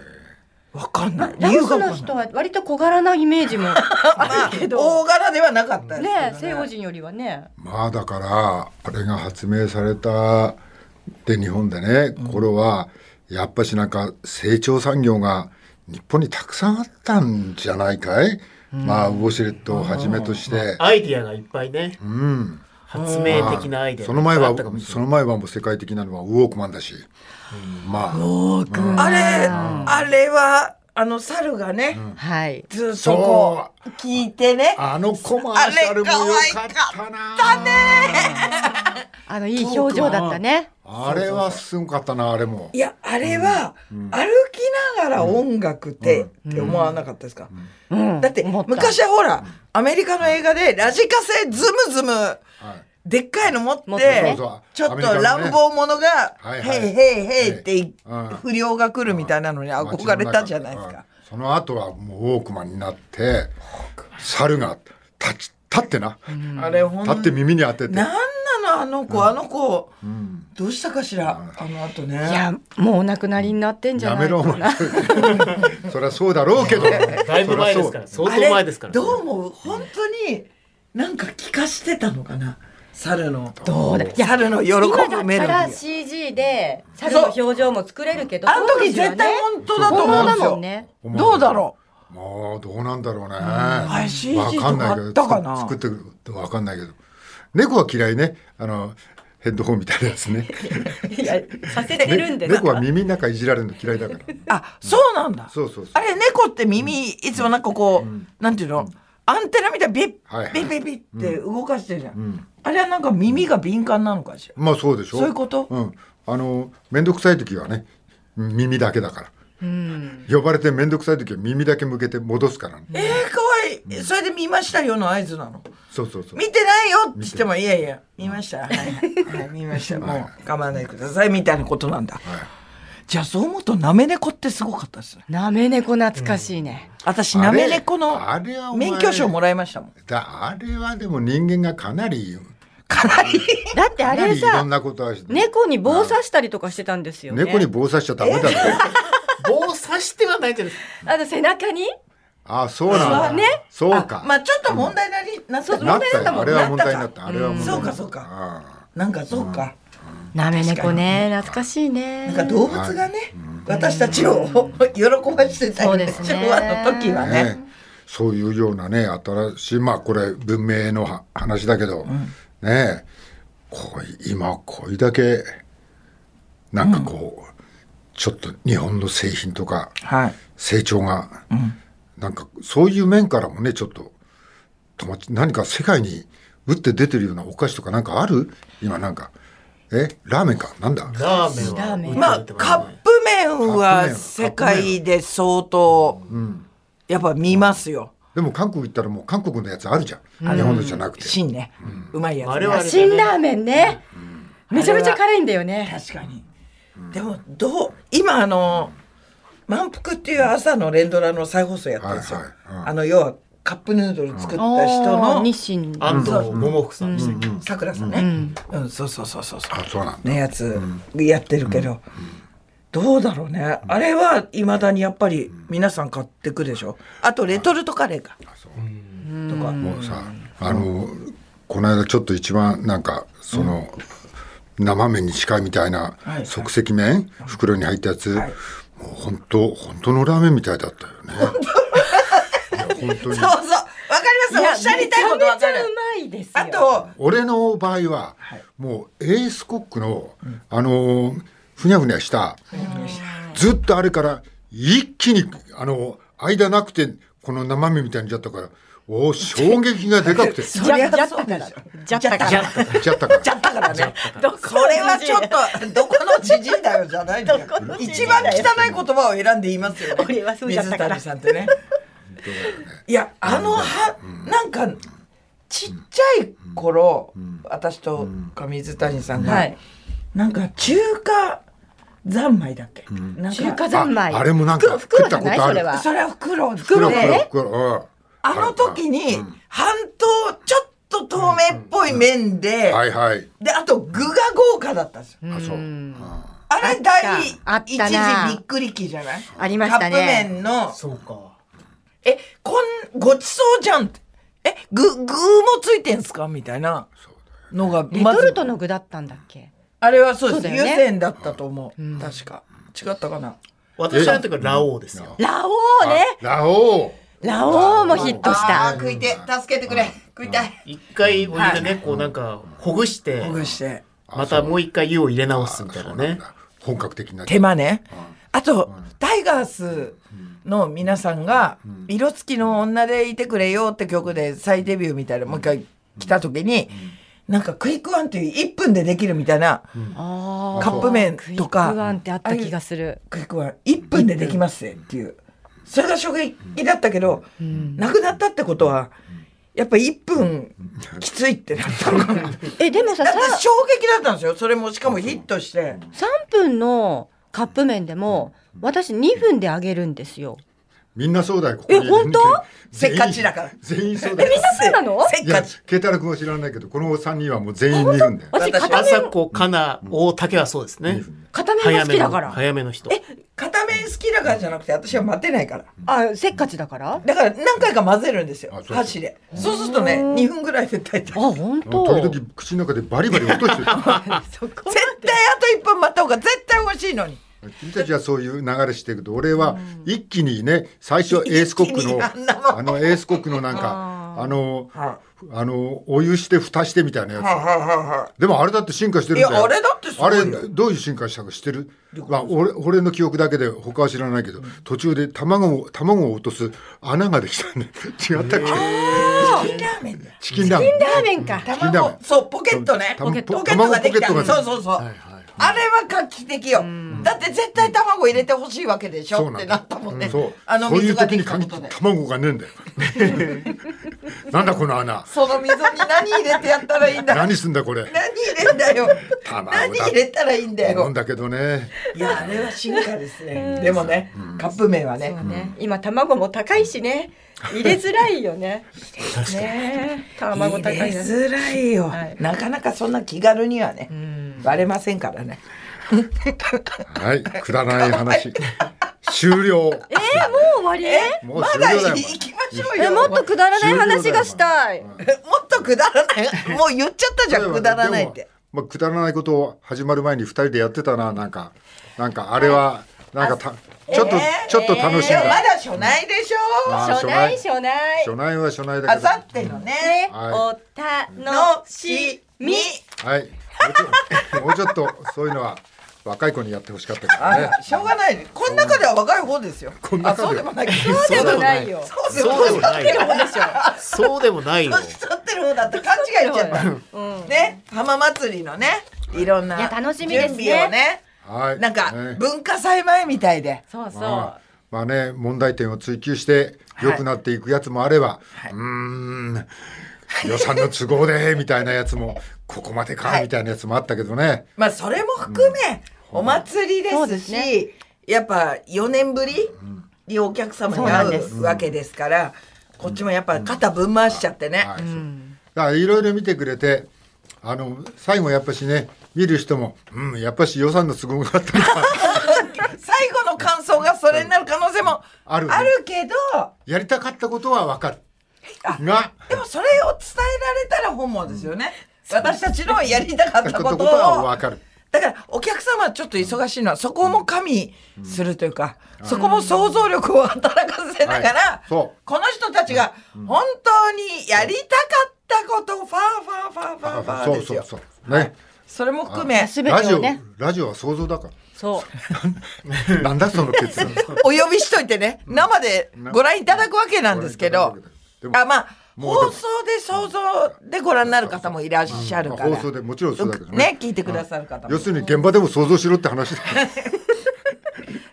Speaker 5: わかんない
Speaker 3: ーラ
Speaker 5: 理由が
Speaker 3: オス
Speaker 5: わ
Speaker 3: の
Speaker 5: かん
Speaker 3: 人
Speaker 5: ない
Speaker 3: は割と小柄なイメ ージもあるけど。
Speaker 5: 大柄ではなかったですけど
Speaker 3: ねえ、西欧人よりはね。
Speaker 2: まあだからあれが発明されたで日本でね頃はやっぱしなんか成長産業が日本にたくさんあったんじゃないかい、まあウォシュレットをはじめとして、
Speaker 4: アイディアがいっぱいね
Speaker 2: うん、
Speaker 4: 発明的なアイデア
Speaker 2: その前
Speaker 4: あ
Speaker 2: は
Speaker 4: ったかもしれ
Speaker 2: そ
Speaker 4: ない
Speaker 2: の前はもう世界的なのはウォークマンだし、まあ
Speaker 5: あれあれはあの猿がね
Speaker 3: はい。
Speaker 5: ずっとこう聞いてね
Speaker 2: あのコマーシャルもよかったなあれ
Speaker 3: あの、いい表情だったね。
Speaker 2: はすごかったなあれも
Speaker 5: いやあれは歩きながら音楽ってって思わなかったですか
Speaker 3: うん。
Speaker 5: だって
Speaker 3: 思た
Speaker 5: 昔はほらアメリカの映画でラジカセズムズム
Speaker 2: はい
Speaker 5: でっかいの持って
Speaker 3: 持ってね
Speaker 2: そうそう
Speaker 5: ちょっ
Speaker 2: アメリカの
Speaker 5: と
Speaker 2: ね
Speaker 5: 乱暴者が
Speaker 2: はい
Speaker 5: 「
Speaker 2: はい
Speaker 5: ヘイヘイヘイ」ってい
Speaker 2: うん
Speaker 5: 不良が来るみたいなのに憧れたじゃないで
Speaker 2: 街の
Speaker 5: すか
Speaker 2: 中。うんその後はもうウォークマンになって猿が立ち立ってな、
Speaker 5: あれほん
Speaker 2: 立って耳に当てて
Speaker 5: なんなのあの子あの子どうしたかしらあの後ね。
Speaker 3: いや、もうお亡くなりになってんじゃ
Speaker 2: や
Speaker 3: な
Speaker 2: め
Speaker 3: い
Speaker 2: ろお
Speaker 3: かな
Speaker 2: 前。 そりゃそうだろうけ ど
Speaker 4: だいぶ前ですから相当前ですから
Speaker 5: あれどう思う本当になんか聞かしてたのかな猿の
Speaker 3: どうだいや
Speaker 5: 猿の喜
Speaker 3: 今だ
Speaker 5: ぶ
Speaker 3: っ
Speaker 5: メロ
Speaker 3: た
Speaker 5: ディ
Speaker 3: ら
Speaker 5: ー
Speaker 3: CG で猿の表情も作れるけど
Speaker 5: あの時絶
Speaker 3: 当時はね
Speaker 5: 対本当だと思
Speaker 3: 本
Speaker 5: うん
Speaker 3: 物
Speaker 5: で
Speaker 3: だ
Speaker 5: す
Speaker 3: も
Speaker 5: よ
Speaker 3: んね
Speaker 5: どうだろ
Speaker 2: もうどうなんだろうね。
Speaker 5: れ CG
Speaker 2: わかんないけど
Speaker 5: とかあったかな
Speaker 2: 作作ってくるわかんないけど。猫は嫌いね。あのヘッドホンみたいなやつ ね。
Speaker 3: いやさせてるんで
Speaker 2: 猫は耳の中いじられるの嫌いだから。
Speaker 5: うあそうなんだ
Speaker 2: そうそうそう。
Speaker 5: あれ猫って耳いつもなんかこうなんていうのアンテナみたいにビッ
Speaker 2: はいはい
Speaker 5: ビッビッビッって動かしてるじゃん
Speaker 2: ん
Speaker 5: あれはなんか耳が敏感なのかしら
Speaker 2: まあそうでしょ。
Speaker 5: そういうこと
Speaker 2: うん。あの面倒くさい時はね耳だけだから。呼ばれて面倒くさい時は耳だけ向けて戻すから、ね
Speaker 5: えーかわいいそれで見ましたよの合図なの
Speaker 2: そうそうそう。
Speaker 5: 見てないよって言っても、いやいや、見ました。はいはい、はい見ました。もう我慢ないでくださいみたいなことなんだ。じゃあ、そう思うと、なめ猫ってすごかったですね。
Speaker 3: なめ猫懐かしいね、
Speaker 5: 私、なめ猫の
Speaker 2: あれはお前
Speaker 5: 免許証もらいましたもん。
Speaker 2: だあれはでも人間がかなり
Speaker 5: かなり。
Speaker 3: だってあ
Speaker 2: かな
Speaker 3: れ
Speaker 2: りいろ
Speaker 3: さ
Speaker 2: んなことはして
Speaker 3: 猫に棒刺したりとかしてたんですよね
Speaker 2: 猫に棒刺しちゃダメだろ。
Speaker 4: 棒刺してはないじゃないですか
Speaker 3: あの背中に
Speaker 2: あそうなんだ。
Speaker 3: ね
Speaker 2: そうか。
Speaker 5: まあ、ちょっと問題なり、なった
Speaker 2: なった
Speaker 5: な
Speaker 2: よ。あれは問題になった。あれは問題
Speaker 5: そう
Speaker 2: になっ
Speaker 5: か、
Speaker 2: た。
Speaker 5: そうか。
Speaker 2: あ
Speaker 5: なんか、そうか。
Speaker 3: なめ猫ね懐かしいね
Speaker 5: なんか、動物がね、私たちを 喜ばしてた
Speaker 3: そう
Speaker 5: よ
Speaker 3: で
Speaker 5: ね。
Speaker 3: すね
Speaker 5: 昭和の時は
Speaker 2: あ
Speaker 5: ね。
Speaker 2: ね。そういうようなね、新しい、まあこれ文明のは話だけど、ねえ、こう今これだけ、なんかこう、ちょっと日本の製品とか
Speaker 5: はい。
Speaker 2: 成長が、なんかそういう面からもね、ちょっと、とま何か世界に打って出てるようなお菓子とかなんかある今なんか。えラーメンかなんだ
Speaker 4: ラーメンは
Speaker 3: ラーメン
Speaker 5: まあ、カップ麺は世界で相当、やっぱ見ますよ。
Speaker 2: でも韓国行ったらもう韓国のやつあるじゃん。日本のじゃなくて。
Speaker 5: 芯ね、うまいやつ、ね、
Speaker 4: あれはあれ
Speaker 3: 辛ラーメンね、めちゃめちゃ辛いんだよね
Speaker 5: 確かに、でもどう今あの「満腹」っていう朝の連ドラの再放送やったんですよ、
Speaker 2: はいはいうん
Speaker 5: あの要はカップヌードル作った人
Speaker 3: おー
Speaker 5: の
Speaker 3: 日清
Speaker 4: 安藤桃子さんでしたっけ
Speaker 5: さくらさんねうん、そうそうそうそうそう
Speaker 2: あ、そうなんだ。
Speaker 5: ねやつやってるけど、どうだろうねあれはいまだにやっぱり皆さん買ってくでしょあとレトルトカレーかとか
Speaker 2: もうさ、あの、この間ちょっと一番なんか、その、生麺に近いみたいな
Speaker 5: はい
Speaker 2: 即席麺、袋に入ったやつ、
Speaker 5: い
Speaker 2: もう本当本当のラーメンみたいだったよね。いや本当に
Speaker 5: そうそうわかりますおっしゃりたいことわかる
Speaker 3: めちゃめちゃうまいですよ
Speaker 5: あと
Speaker 2: 俺の場合は、もうエースコックの、あのふにゃふにゃした、ずっとあれから一気にあの間なくてこの生身みたいになっちゃったからお衝撃がでか くて
Speaker 5: そりゃそうだよ
Speaker 3: ジャッタか
Speaker 5: ジ
Speaker 3: ら
Speaker 5: ャ
Speaker 4: ジャッ
Speaker 2: 言っちゃったから
Speaker 5: じゃったからね
Speaker 3: どこ
Speaker 5: それはちょっと どこのじじいだよじゃないんだよ
Speaker 3: どこのじ
Speaker 5: 一
Speaker 3: じいだ
Speaker 5: 番
Speaker 3: よ
Speaker 5: 汚い言葉を選んで言いますよね
Speaker 3: 俺はそうじゃっ
Speaker 5: 水
Speaker 3: たから
Speaker 5: 谷さんってね いやあのはなんかちっちゃい頃私とか水谷さん
Speaker 3: は
Speaker 5: が
Speaker 3: い
Speaker 5: なんか中華三昧だっけなん
Speaker 3: 中
Speaker 5: か
Speaker 3: 華三昧
Speaker 2: ああれもなんか
Speaker 3: ふく
Speaker 2: 食っ
Speaker 3: 袋じ
Speaker 2: た
Speaker 3: ゃ
Speaker 2: こ
Speaker 3: ない
Speaker 2: とあ
Speaker 3: それ
Speaker 2: る
Speaker 3: は
Speaker 5: それは袋
Speaker 2: 黒
Speaker 3: 袋ね
Speaker 2: 黒黒うん
Speaker 5: あの時に半島ちょっと透明っぽい麺で、
Speaker 2: はいはい
Speaker 5: であと具が豪華だったんですよ
Speaker 2: あそう
Speaker 3: うん
Speaker 5: あれ第
Speaker 3: あった
Speaker 5: 一
Speaker 3: あったな
Speaker 5: 次びっくり期じゃない
Speaker 3: ありまし
Speaker 5: カッ
Speaker 3: たね
Speaker 5: プ麺の
Speaker 4: そうか。
Speaker 5: えこんごちそうじゃんってえ具具もついてんすかみたいなのが
Speaker 3: レト
Speaker 5: ず
Speaker 3: ルトの具だったんだっけ
Speaker 5: あれはそうです
Speaker 3: そうだ
Speaker 5: 湯
Speaker 3: よね
Speaker 5: 煎だったと思う、確か違ったかな
Speaker 4: 私はあの時はラオウですよ。
Speaker 3: ラオウね
Speaker 2: ラオウ
Speaker 3: ラオウもヒットし
Speaker 5: あー
Speaker 3: た
Speaker 5: 食いて助けてくれ食いたい
Speaker 4: 一回お湯でね、こうなんか、ほぐして
Speaker 5: ほ、ぐして
Speaker 4: またもう一回湯を入れ直すみたいなね。
Speaker 2: 本格的な
Speaker 5: 手間ねあとタイガースの皆さんが「色付きの女でいてくれよ」って曲で再デビューみたいなもう一回来た時になんかクイックワンっていう1分でできるみたいな
Speaker 3: あー
Speaker 5: カップ麺と
Speaker 3: クイ
Speaker 5: か
Speaker 3: ックワンってあった気がする
Speaker 5: クイックワン1分でできますぜっていうそれが衝撃だったけどなくなったってことはやっぱ1分きついってなったのかなだって
Speaker 3: えでもささ
Speaker 5: 衝撃だったんですよそれもしかもヒットして
Speaker 3: 3分のカップ麺でも私2分で揚げるんですよ
Speaker 2: みんなそうだよこ
Speaker 3: え本当
Speaker 2: 全員
Speaker 5: せっかちだから
Speaker 2: 全員そうだよ
Speaker 3: そうなの
Speaker 5: せっ
Speaker 2: いや
Speaker 5: かち
Speaker 2: 慶太郎君は知らないけどこの三人はもう全員見るんだよ
Speaker 3: 私
Speaker 5: 私
Speaker 3: 片
Speaker 4: 朝
Speaker 3: 面
Speaker 4: 子、かな、大竹はそうですね。
Speaker 3: 片面が
Speaker 4: 早
Speaker 3: 好
Speaker 4: め
Speaker 3: きだ
Speaker 4: の、
Speaker 3: から
Speaker 4: 早めの人。
Speaker 5: 片面好きだからじゃなくて私は待てないから
Speaker 3: あせっかちだから
Speaker 5: だから何回か混ぜるんですよ
Speaker 2: あそうそう
Speaker 5: 箸でそうするとね2分ぐらいで大体
Speaker 3: あ
Speaker 5: 絶
Speaker 3: 本当
Speaker 2: 時 々口の中でバリバリ落としてる
Speaker 3: そこ
Speaker 5: 対あと1分待った方が絶対美味しいのに
Speaker 2: 君たちはそういう流れしてるけど俺は一気にね最初はエースコック
Speaker 5: 一気
Speaker 2: の
Speaker 5: にあんなもん
Speaker 2: あのエースコックのなん かあの
Speaker 5: は
Speaker 2: あのお湯して蓋してみたいなやつ
Speaker 5: はいはいは
Speaker 2: でもあれだって進化してるんだよ。
Speaker 5: いやあれだってすごいよ
Speaker 2: あれどういう進化したか知ってるまあ俺俺の記憶だけで他は知らないけど、途中で卵を卵を落とす穴ができたんだよ違ったっけ、
Speaker 5: いチキンラーメンだ
Speaker 2: チキンラーメン。
Speaker 3: ラーメンか
Speaker 2: チキンラーメ
Speaker 5: 卵
Speaker 2: ン
Speaker 5: そうポケットね
Speaker 2: た
Speaker 5: ポケット
Speaker 2: ポ
Speaker 5: がで
Speaker 2: 卵ポケ
Speaker 5: きた
Speaker 2: ットがね
Speaker 5: そうそうそうあれは画期的よだって絶対卵入れてほしいわけでし
Speaker 2: そ
Speaker 5: ょ
Speaker 2: う
Speaker 5: っ
Speaker 2: な
Speaker 5: て
Speaker 2: ん
Speaker 5: な
Speaker 2: だ
Speaker 5: ったもん
Speaker 2: う
Speaker 5: ね
Speaker 2: んそう
Speaker 5: あの
Speaker 2: そうい
Speaker 5: 水
Speaker 2: う
Speaker 5: が
Speaker 2: 時
Speaker 5: で
Speaker 2: に
Speaker 5: きたこ
Speaker 2: 限って
Speaker 5: とで
Speaker 2: 卵がねえんだよ なんだこの穴
Speaker 5: その溝に何入れてやったらいいんだ
Speaker 2: 何すんだこれ
Speaker 5: 何入れんだよ
Speaker 2: 卵だ
Speaker 5: 何入れたらいいんだ
Speaker 2: 思う
Speaker 5: よ
Speaker 2: んだけどね
Speaker 5: いやあれは進化ですね。でもね、カップ麺はね。
Speaker 3: ね今卵も高いしね入れづらいよねねえ卵高
Speaker 5: 入
Speaker 3: い
Speaker 5: れ
Speaker 3: な
Speaker 5: づらいよ、
Speaker 3: はい
Speaker 5: なかなかそんな気軽にはね、割れませんからね。
Speaker 2: はいくだらない 話終了
Speaker 3: えー、もう終わり
Speaker 2: もう
Speaker 5: ま
Speaker 2: 終
Speaker 5: だ
Speaker 2: 了だよ
Speaker 5: 行きましょう
Speaker 3: え
Speaker 5: よ。
Speaker 3: もっとくだらない話がしたい
Speaker 5: えもっとくだらない。もう言っちゃったじゃん、くだらないっ
Speaker 2: で
Speaker 5: て
Speaker 2: も。。まあ、くだらないことを始まる前に二人でやってたな、なんか、なんかあれは、なんかた、ちょっと、
Speaker 5: えー
Speaker 2: ちょっと楽しん
Speaker 5: でもま
Speaker 2: だ。
Speaker 5: だ初内でしょ。
Speaker 2: あー
Speaker 3: 初内初内
Speaker 2: 初内は初内だ
Speaker 5: あ
Speaker 2: けど。
Speaker 5: さってのね
Speaker 3: ね、
Speaker 2: は
Speaker 3: お
Speaker 5: の
Speaker 3: 楽
Speaker 5: し
Speaker 3: し
Speaker 5: み
Speaker 3: み。
Speaker 2: はい。もうちょっともうちょっと、そういうのは、若い子にやってほしかったけどね。
Speaker 5: あしょうがない。この中では若い方ですよ。
Speaker 2: この中で
Speaker 5: あそうでもない。
Speaker 3: そうでもないよ
Speaker 5: そうでも
Speaker 4: そうでも
Speaker 5: ない。
Speaker 4: ないよ。そうでもないよ。
Speaker 5: 太ってる方だって勘違いしちゃった。
Speaker 3: うん
Speaker 5: ね、浜祭りのね、いろんない
Speaker 3: や楽しみですね
Speaker 5: 準備をね、
Speaker 2: はい。
Speaker 5: なんか
Speaker 2: ね
Speaker 5: 文化祭前みたいで、
Speaker 3: そうそう
Speaker 2: まあ、まあね、問題点を追求して、良くなっていくやつもあれば、うーん。予算の都合でみたいなやつ もここまでかみたいなやつもあったけどね、
Speaker 5: まあそれも含めお祭りで
Speaker 3: そう
Speaker 5: す
Speaker 3: で
Speaker 5: し、
Speaker 3: すね
Speaker 5: やっぱ4年ぶりにお客様に会うわけですから、こっちもやっぱ肩ぶん回しちゃってね。
Speaker 2: はい、そうだからいろいろ見てくれてあの最後やっぱしね見る人も、うん、やっぱし予算の都合があったから
Speaker 5: 最後の感想がそれになる可能性もあ
Speaker 2: あ
Speaker 5: る
Speaker 2: る
Speaker 5: けど、
Speaker 2: やりたかったことは分か
Speaker 5: あ
Speaker 2: るが
Speaker 5: でもそれを伝えられたら本望ですよね。私たちのやりたかっ
Speaker 2: やったたこ
Speaker 5: こ
Speaker 2: とと
Speaker 5: を。
Speaker 2: は分かる
Speaker 5: だからお客様はちょっと忙しいのはそこも加味するというか、そこも想像力を働かせながら、
Speaker 2: はいそう
Speaker 5: この人たちが本当にやりたかったことをファンファンファンファンファン
Speaker 2: そ
Speaker 5: で
Speaker 2: う
Speaker 5: す
Speaker 2: そう
Speaker 5: よ。
Speaker 2: そうね
Speaker 5: それも含め
Speaker 3: 全て
Speaker 2: ラジ
Speaker 3: を
Speaker 2: オ
Speaker 3: ね
Speaker 2: ラジオは想像だか
Speaker 3: そ
Speaker 2: ら
Speaker 3: う
Speaker 2: なんだその結論
Speaker 5: お呼びしといてね生でご覧いただくわけなんですけど
Speaker 2: でも
Speaker 5: あまあ
Speaker 2: もうでも
Speaker 5: 放送で想像でご覧になる方もいらっしゃるから、
Speaker 2: 放送でもちろんそうだけどね
Speaker 5: ね聞いてくださる方も
Speaker 2: 要するに現場でも想像しろって話だよね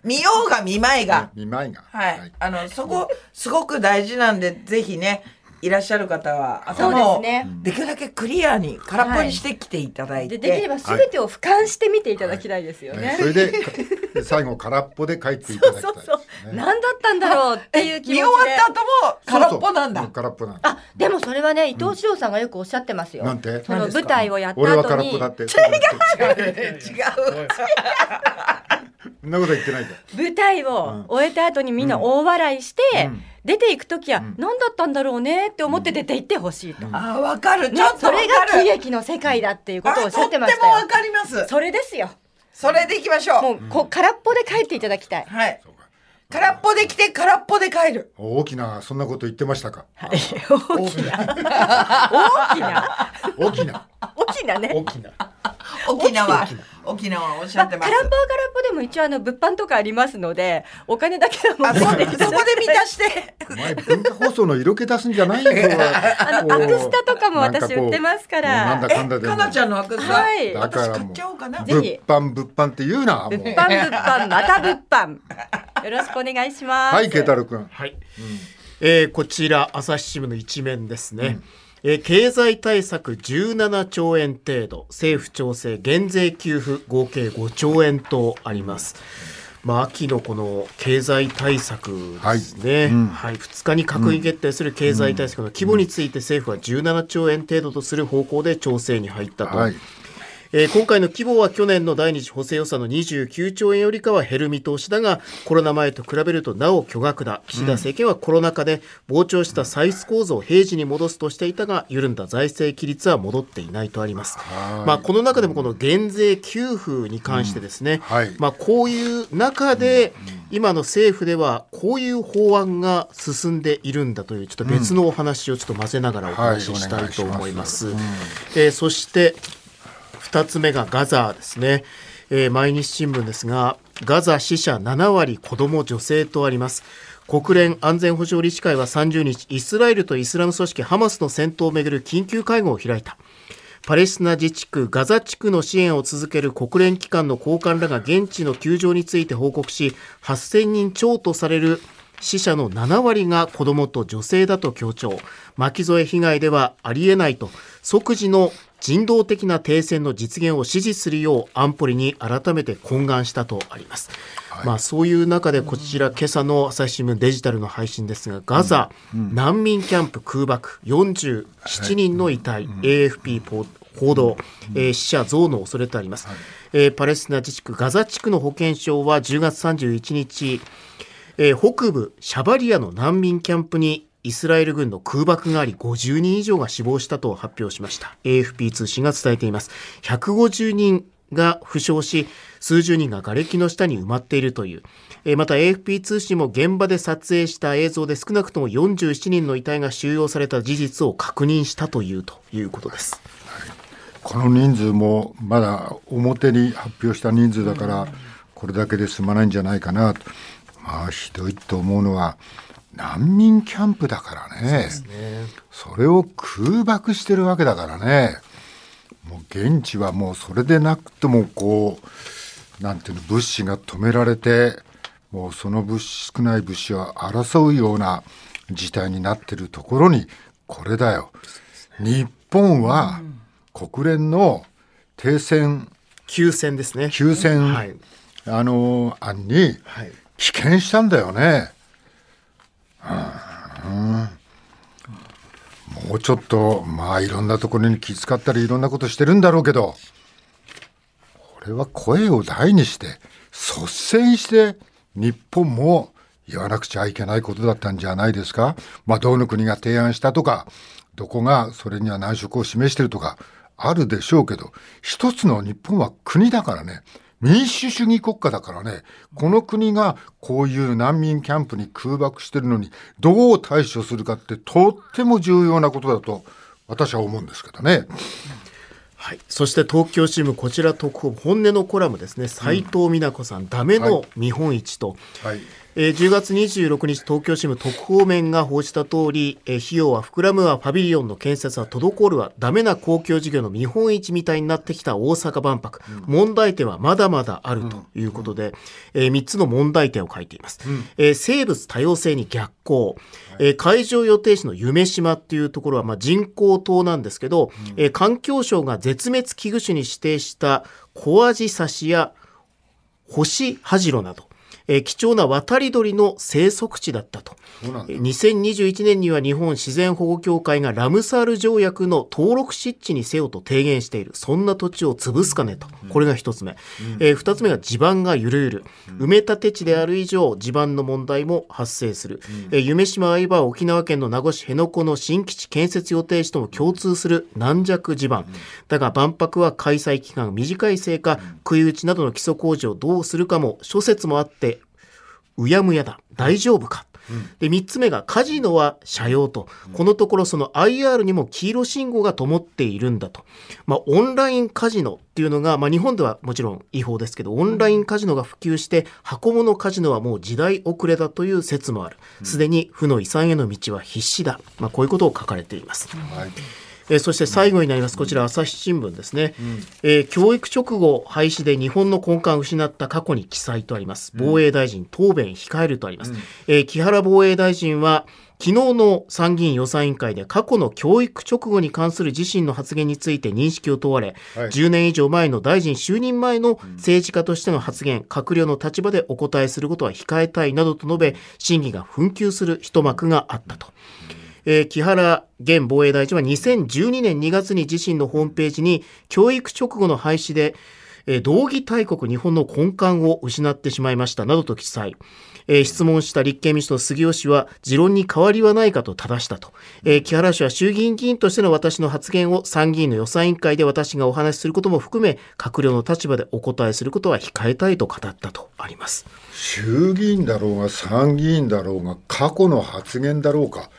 Speaker 5: 見ようが見まいが、
Speaker 2: 見舞いが
Speaker 5: はい、あのそこすごく大事なんでぜひねいらっしゃる方は頭
Speaker 3: そう
Speaker 5: を
Speaker 3: ですね
Speaker 5: できるだけクリアに空っぽにしてきていただいて、
Speaker 3: でできれば全てを俯瞰して見ていただきたいですよね。
Speaker 2: ねそれでかで最後空っぽで帰っていただきた
Speaker 3: そ
Speaker 2: いうです
Speaker 3: そう、何だったんだろうっていう気持ち
Speaker 5: 見
Speaker 3: で
Speaker 5: 終わった後も空っぽなんだ
Speaker 2: そうそうう空っぽなんだ
Speaker 3: あでもそれはね伊藤四郎さんがよくおっしゃってますよ。
Speaker 2: なんて
Speaker 3: その舞台をやった
Speaker 2: 俺は
Speaker 3: 後
Speaker 2: 空っ
Speaker 3: に
Speaker 2: ぽだって違う
Speaker 5: 違う
Speaker 2: そんなことは言ってないんだよ
Speaker 3: 舞台を終えた後にみんな大笑いして、
Speaker 2: うん
Speaker 3: 出ていく時は何だったんだろうねって思って出て行ってほしいと、ね
Speaker 5: あわかるちょっと
Speaker 3: そ
Speaker 5: わかる
Speaker 3: れが喜劇の世界だっていうことをおっしゃってまし
Speaker 5: あとっても
Speaker 3: た
Speaker 5: わ
Speaker 3: よ。
Speaker 5: かります
Speaker 3: それですよ。
Speaker 5: それでいきましょう
Speaker 3: もうこう空っぽで帰っていただきたい。
Speaker 5: はい
Speaker 2: そうか
Speaker 5: 空っぽで来て空っぽで帰る
Speaker 2: 大きなそんなこと言ってましたか
Speaker 3: 大きな大きな
Speaker 2: 大きな
Speaker 3: 大きなね。
Speaker 4: 大きな。
Speaker 5: 沖縄沖縄おっしゃってます
Speaker 3: 空っぽは空っぽでも一応あの物販とかありますのでお金だけは
Speaker 5: あ
Speaker 3: 持
Speaker 5: そ
Speaker 3: っ
Speaker 5: う
Speaker 3: て
Speaker 5: で
Speaker 3: いた
Speaker 5: そ
Speaker 3: だ
Speaker 5: こ
Speaker 3: い
Speaker 5: で満たして
Speaker 2: お前文化放送の色気出すんじゃない よ
Speaker 3: あのアクスタとかも私売ってますから
Speaker 2: なんだかんだで
Speaker 5: かなちゃんの枠さ、
Speaker 3: はい
Speaker 2: だから
Speaker 5: 私
Speaker 2: も
Speaker 5: 買っ
Speaker 2: う
Speaker 5: ちゃおうかな
Speaker 2: 物
Speaker 3: ぜひ
Speaker 2: 販物販って言うなもう
Speaker 3: 物販物販また物販よろしくお願いします。
Speaker 2: はい慶太郎君
Speaker 4: はい。えーこちら朝日新聞の一面ですね。えー経済対策17兆円程度、政府調整、減税給付合計5兆円とあります。まあ、秋のこの経済対策ですね、はい2日に閣議決定する経済対策の規模について政府は17兆円程度とする方向で調整に入ったと、
Speaker 2: はい
Speaker 4: えー今回の規模は去年の第二次補正予算の29兆円よりかは減る見通しだがコロナ前と比べるとなお巨額だ岸田政権はコロナ禍で膨張した歳出構造を平時に戻すとしていたが緩んだ財政規律は戻っていないとあります、
Speaker 2: はい
Speaker 4: まあ、この中でもこの減税給付に関してですね、
Speaker 2: はい
Speaker 4: まあ、こういう中で今の政府ではこういう法案が進んでいるんだというちょっと別のお話をちょっと混ぜながらお話ししたいと思います。えーそして2つ目がガザですね、えー毎日新聞ですがガザ死者7割子ども女性とあります国連安全保障理事会は30日イスラエルとイスラム組織ハマスの戦闘をめぐる緊急会合を開いたパレスチナ自治区ガザ地区の支援を続ける国連機関の高官らが現地の窮状について報告し8000人超とされる死者の7割が子どもと女性だと強調巻き添え被害ではありえないと即時の人道的な停戦の実現を支持するよう安保理に改めて懇願したとあります、まあ、そういう中でこちら今朝の朝日新聞デジタルの配信ですがガザ難民キャンプ空爆47人の遺体 AFP ポ報道、えー死者増の恐れとあります、えーパレスチナ自治区ガザ地区の保健省は10月31日えー北部シャバリアの難民キャンプにイスラエル軍の空爆があり50人以上が死亡したと発表しました AFP 通信が伝えています150人が負傷し数十人が瓦礫の下に埋まっているという、えーまた AFP 通信も現場で撮影した映像で少なくとも47人の遺体が収容された事実を確認したというということです
Speaker 2: この人数もまだ表に発表した人数だから、これだけで済まないんじゃないかなと、まあ、ひどいと思うのは、難民キャンプだからね、それを空爆してるわけだからね、もう現地はもうそれでなくとも、こう、なんていうの、物資が止められて、もうその物資少ない物資を争うような事態になってるところに、これだよ。日本は国連の停戦
Speaker 4: 休戦ですね
Speaker 2: 休戦、
Speaker 4: はい
Speaker 2: あの案に
Speaker 4: はい
Speaker 2: 棄権したんだよね。うんもうちょっとまあいろんなところに気遣ったりいろんなことしてるんだろうけどこれは声を大にして率先して日本も言わなくちゃいけないことだったんじゃないですか。まあどの国が提案したとかどこがそれには難色を示してるとかあるでしょうけど一つの日本は国だからね民主主義国家だからねこの国がこういう難民キャンプに空爆してるのにどう対処するかってとっても重要なことだと私は思うんですけどね。
Speaker 4: はい、そして東京新聞こちら特報本音のコラムですね斉藤美奈子さん、ダメの見本市と、
Speaker 2: はい
Speaker 4: えー10月26日東京新聞特報面が報じた通り、えー費用は膨らむわパビリオンの建設は滞るわダメな公共事業の見本市みたいになってきた大阪万博、問題点はまだまだあるということで、え3つの問題点を書いています、えー生物多様性に逆行、えー会場予定地の夢島っていうところは、まあ、人工島なんですけど、えー環境省が絶滅危惧種に指定したコアジサシや星ハジロなど、えー貴重な渡り鳥の生息地だったと。
Speaker 2: そうなんだ
Speaker 4: えー2021年には日本自然保護協会がラムサール条約の登録湿地にせよと提言している。そんな土地を潰すかねと。これが一つ目。えー二つ目が地盤がゆるゆる。埋め立て地である以上、地盤の問題も発生する。えー夢島相場は沖縄県の名護市辺野古の新基地建設予定地とも共通する軟弱地盤。だが万博は開催期間が短いせいか、食い打ちなどの基礎工事をどうするかも諸説もあって、うやむやだ。大丈夫か。で、3つ目がカジノは社用と。このところその IR にも黄色信号が灯っているんだと。まあ、オンラインカジノっていうのが、まあ、日本ではもちろん違法ですけど、オンラインカジノが普及して、箱物カジノはもう時代遅れだという説もある。すでに負の遺産への道は必至だ。まあ、こういうことを書かれています。
Speaker 2: はい
Speaker 4: えーそして最後になります、こちら、朝日新聞ですね、えー教育直後廃止で日本の根幹を失った過去に記載とあります、防衛大臣、答弁控えるとあります、えー木原防衛大臣は、昨日の参議院予算委員会で過去の教育直後に関する自身の発言について認識を問われ、
Speaker 2: はい
Speaker 4: 10年以上前の大臣就任前の政治家としての発言、閣僚の立場でお答えすることは控えたいなどと述べ、審議が紛糾する一幕があったと。えー木原現防衛大臣は2012年2月に自身のホームページに教育直後の廃止で、えー道義大国日本の根幹を失ってしまいましたなどと記載、えー質問した立憲民主党の杉尾氏は持論に変わりはないかと正したと、えー木原氏は衆議院議員としての私の発言を参議院の予算委員会で私がお話しすることも含め閣僚の立場でお答えすることは控えたいと語ったとあります。
Speaker 2: 衆議院だろうが参議院だろうが過去の発言だろうか、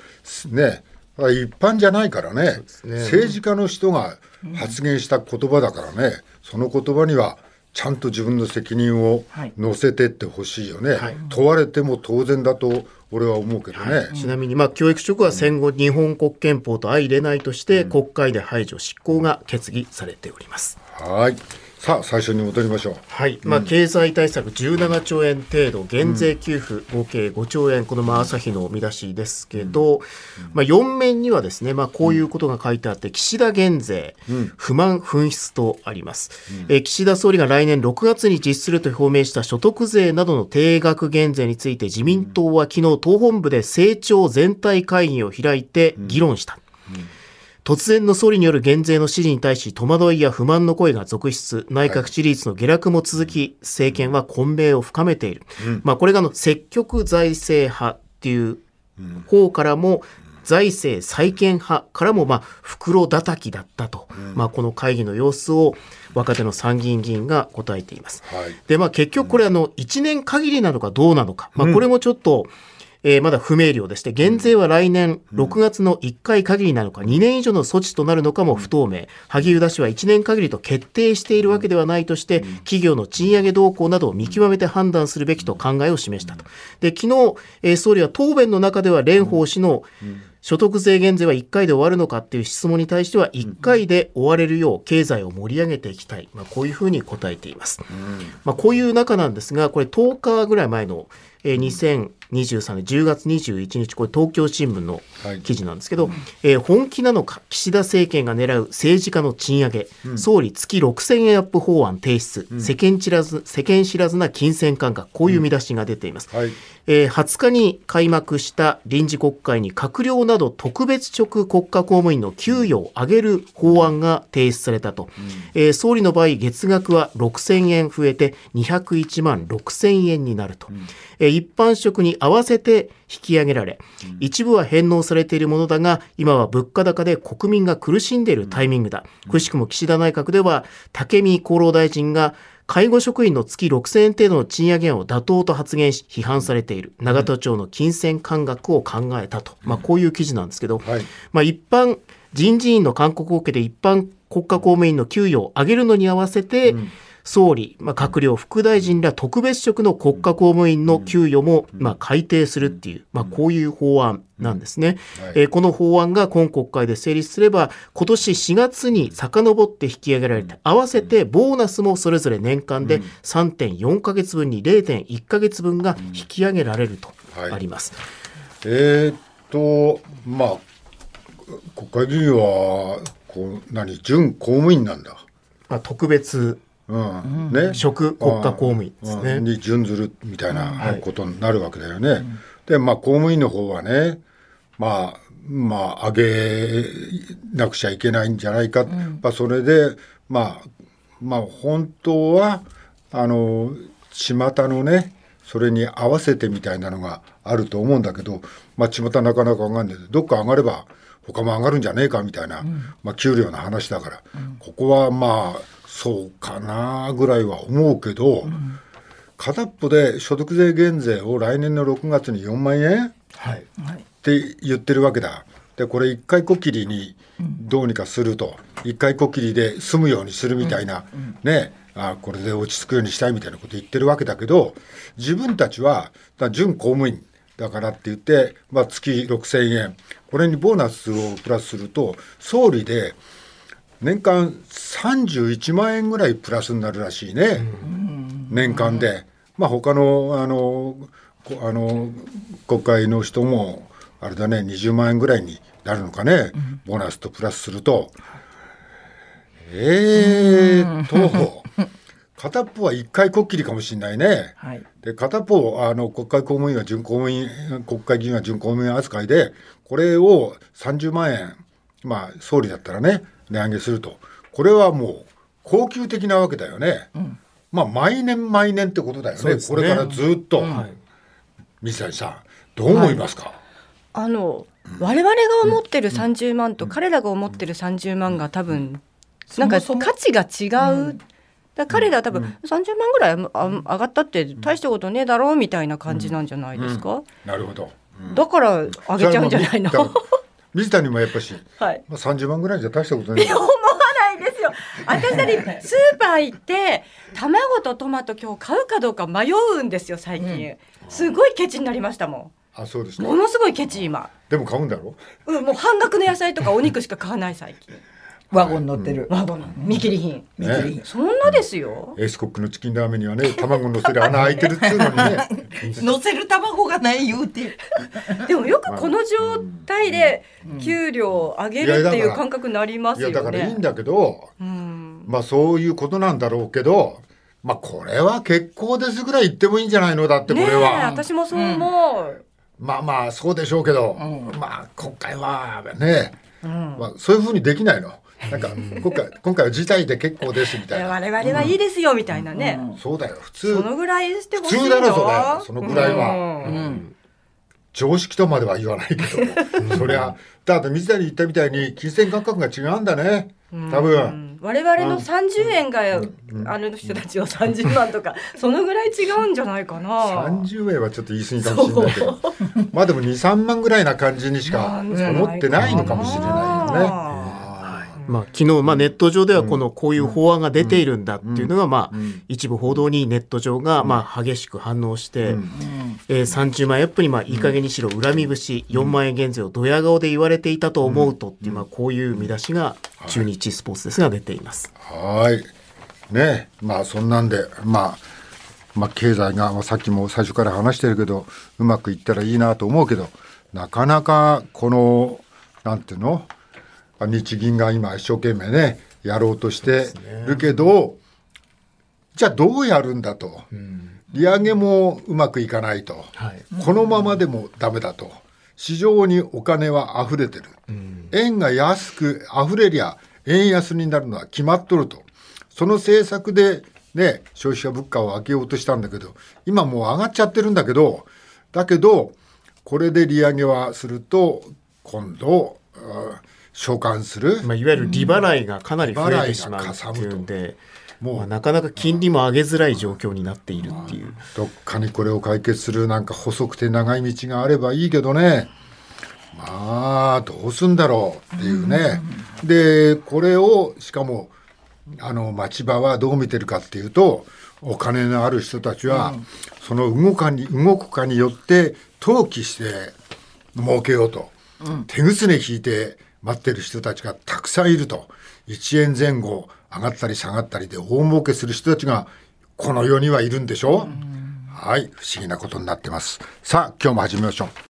Speaker 2: ね、だから一般じゃないからね政治家の人が発言した言葉だからね、その言葉にはちゃんと自分の責任を
Speaker 5: はい
Speaker 2: 乗せてってほしいよね、問われても当然だと俺は思うけどね。
Speaker 4: ちなみに、まあ、教育職は戦後日本国憲法と相入れないとして、国会で排除執行が決議されております。
Speaker 2: はいさあ最初に戻りましょう。
Speaker 4: はい、まあ、経済対策17兆円程度、減税給付合計5兆円、このまあ朝日の見出しですけど、まあ、4面にはですね、まあ、こういうことが書いてあって、岸田減税、不満紛失とあります、えー岸田総理が来年6月に実施すると表明した所得税などの定額減税について、自民党は昨日党本部で政調全体会議を開いて議論した。突然の総理による減税の指示に対し戸惑いや不満の声が続出内閣支持率の下落も続き政権は混迷を深めている、まあ、これがあの積極財政派っていう方からも財政再建派からもまあ袋叩きだったと、まあ、この会議の様子を若手の参議院議員が答えています。
Speaker 2: はい
Speaker 4: で、まあ結局これあの、1年限りなのかどうなのか。まあこれもちょっと、えーまだ不明瞭でして、減税は来年6月の1回限りなのか、2年以上の措置となるのかも不透明。萩生田氏は1年限りと決定しているわけではないとして、企業の賃上げ動向などを見極めて判断するべきと考えを示したと。で、昨日、えー総理は答弁の中では蓮舫氏の、所得税減税は1回で終わるのかっていう質問に対しては1回で終われるよう経済を盛り上げていきたい、まあ、こういうふうに答えています、まあ、こういう中なんですがこれ10日ぐらい前の、えー2023年10月21日これ東京新聞の記事なんですけど、えー本気なのか岸田政権が狙う政治家の賃上げ、総理月6000円アップ法案提出、世間知らず世間知らずな金銭感覚こういう見出しが出ています、
Speaker 2: はい
Speaker 4: えー20日に開幕した臨時国会に閣僚など特別職国家公務員の給与を上げる法案が提出されたと、えー総理の場合月額は6000円増えて201万6000円になると、えー一般職に合わせて引き上げられ、一部は返納されているものだが今は物価高で国民が苦しんでいるタイミングだ、くしくも岸田内閣では武見厚労大臣が介護職員の月6000円程度の賃上げ案を妥当と発言し批判されている永田町の金銭感覚を考えたと、まあ、こういう記事なんですけど、
Speaker 2: はい
Speaker 4: まあ、一般人事院の勧告を受けて一般国家公務員の給与を上げるのに合わせて、総理、まあ、閣僚、副大臣ら特別職の国家公務員の給与も、まあ、改定するっていう、まあ、こういう法案なんですね、
Speaker 2: はい
Speaker 4: えーこの法案が今国会で成立すれば、今年4月に遡って引き上げられて、合わせてボーナスもそれぞれ年間で3.4ヶ月分に0.1ヶ月分が引き上げられると
Speaker 2: はい
Speaker 4: あります。
Speaker 2: えーっとまあ国会議員はこう何準公務員なんだ、
Speaker 4: まあ、特別
Speaker 2: うんね、
Speaker 4: 職国家公務員ですね
Speaker 2: うんに準ずるみたいなことになるわけだよね。でまあ公務員の方はねまあまあ上げなくちゃいけないんじゃないか、まあ、それでまあまあ本当はあの巷のねそれに合わせてみたいなのがあると思うんだけど、まあ、巷なかなか上がんないどっか上がれば他も上がるんじゃねえかみたいな、まあ、給料の話だから、ここはまあそうかなぐらいは思うけど、片っぽで所得税減税を来年の6月に4万円
Speaker 4: はい
Speaker 2: って言ってるわけだ。でこれ一回こきりにどうにかすると一回こきりで済むようにするみたいな、ねあこれで落ち着くようにしたいみたいなこと言ってるわけだけど自分たちはだ準公務員だからって言って、まあ、月6,000円これにボーナスをプラスすると総理で年間31万円ぐらいプラスになるらしいね。年間で、まあ他のあのこあの国会の人もあれだね20万円ぐらいになるのかね、ボーナスとプラスするとえーっと片っぽは一回こっきりかもしれないね。
Speaker 5: はい。
Speaker 2: で片っぽあの国会公務員は準公務員国会議員は準公務員扱いでこれを30万円まあ総理だったらね値上げするとこれはもう恒久的なわけだよね、まあ毎年毎年ってことだよ
Speaker 4: そう
Speaker 2: ね
Speaker 4: です
Speaker 2: こ
Speaker 4: ね
Speaker 2: れからずっと、
Speaker 4: はい
Speaker 2: 水谷さんどう思いますか、
Speaker 3: あの我々が思ってる30万と彼らが思ってる30万が多分なんか
Speaker 5: そもそも
Speaker 3: 価値が違う。だから彼らは多分30万ぐらいああ上がったって大したことねえだろうみたいな感じなんじゃないですか、
Speaker 2: なるほど、うん
Speaker 3: だから上げちゃうんじゃないの
Speaker 2: それはもうだから水谷もやっぱし、
Speaker 3: はい
Speaker 2: まあ、30万ぐらいじゃ大したことない
Speaker 3: 思わないですよ私たちスーパー行って卵とトマト今日買うかどうか迷うんですよ最近、すごいケチになりましたも
Speaker 2: あそうです
Speaker 3: ん
Speaker 2: ね
Speaker 3: ものすごいケチ今、
Speaker 2: でも買うんだろ
Speaker 3: うん、もう半額の野菜とかお肉しか買わない最近
Speaker 5: ワゴン乗ってる。
Speaker 3: ワゴン見切り品
Speaker 5: 見切り品
Speaker 3: そんなですよ、
Speaker 2: エースコックのチキンラーメンにはね卵のせる穴開いてるっつうのにね
Speaker 5: 乗せる卵がない言うて。
Speaker 3: でもよくこの状態で給料を上げるっていう感覚になります
Speaker 2: い
Speaker 3: よ
Speaker 2: やだからいい
Speaker 3: ね
Speaker 2: ん。だけど、
Speaker 3: うん
Speaker 2: まあそういうことなんだろうけど、まあこれは結構ですぐらい言ってもいいんじゃないのだってこ
Speaker 3: ねえ
Speaker 2: れは。
Speaker 3: 私もそう思う。
Speaker 2: まあまあそうでしょうけど、
Speaker 5: う
Speaker 2: まあ国会はね、
Speaker 3: うん
Speaker 2: まあそういうふうにできないの。なんか今回今回は事態で結構ですみたいな。
Speaker 3: 我々はいいですよみたいなね。
Speaker 2: そうだよ普
Speaker 3: そ
Speaker 2: 通
Speaker 3: のぐらいしてほしい
Speaker 2: 普通だろそれそのぐらいは
Speaker 3: うん
Speaker 5: うん。
Speaker 2: 常識とまでは言わないけ ど、そりゃだって水谷言ったみたいに金銭感覚が違うんだね。多
Speaker 3: う
Speaker 2: 分。
Speaker 3: ん我々の30円が、あの人たちは30万とか、そのぐらい違うんじゃないかな。
Speaker 2: 30円はちょっと言い過ぎかもしれないけどまあでも23万ぐらいな感じにしか思ってないのかもしれないよね。
Speaker 4: まあ、昨日、まあ、ネット上ではこのこういう法案が出ているんだっていうのが、まあ、一部報道にネット上が、まあ、激しく反応して、えー30万円アップに、まあ、いい加減にしろ恨み節4万円減税をドヤ顔で言われていたと思うとっていう、まあ、こういう見出しが中日スポーツですが出ています。
Speaker 2: はーい。ねまあそんなんで、まあ、まあ経済が、まあ、さっきも最初から話してるけど、うまくいったらいいなと思うけど、なかなかこの、なんていうのあ日銀が今一生懸命ね、やろうとしてるけど、じゃあどうやるんだと。利上げもうまくいかないと。
Speaker 4: はい
Speaker 2: このままでもダメだと。市場にお金は溢れてる。円が安く溢れりゃ円安になるのは決まっとると。その政策でね、消費者物価を上げようとしたんだけど、今もう上がっちゃってるんだけど、だけど、これで利上げはすると、今度、あ償還する。
Speaker 4: まあ、いわゆる利払いがかなり増えてしまうっていうんで、まあ、なかなか金利も上げづらい状況になっているっていう。
Speaker 2: どっかにこれを解決するなんか細くて長い道があればいいけどねまあどうすんだろうっていうね、でこれをしかもあの町場はどう見てるかっていうとお金のある人たちは、その動かに動くかによって投機して儲けようと、手ぐすね引いて待ってる人たちがたくさんいると1円前後上がったり下がったりで大儲けする人たちがこの世にはいるんでしょう、はい不思議なことになってますさあ今日も始めましょう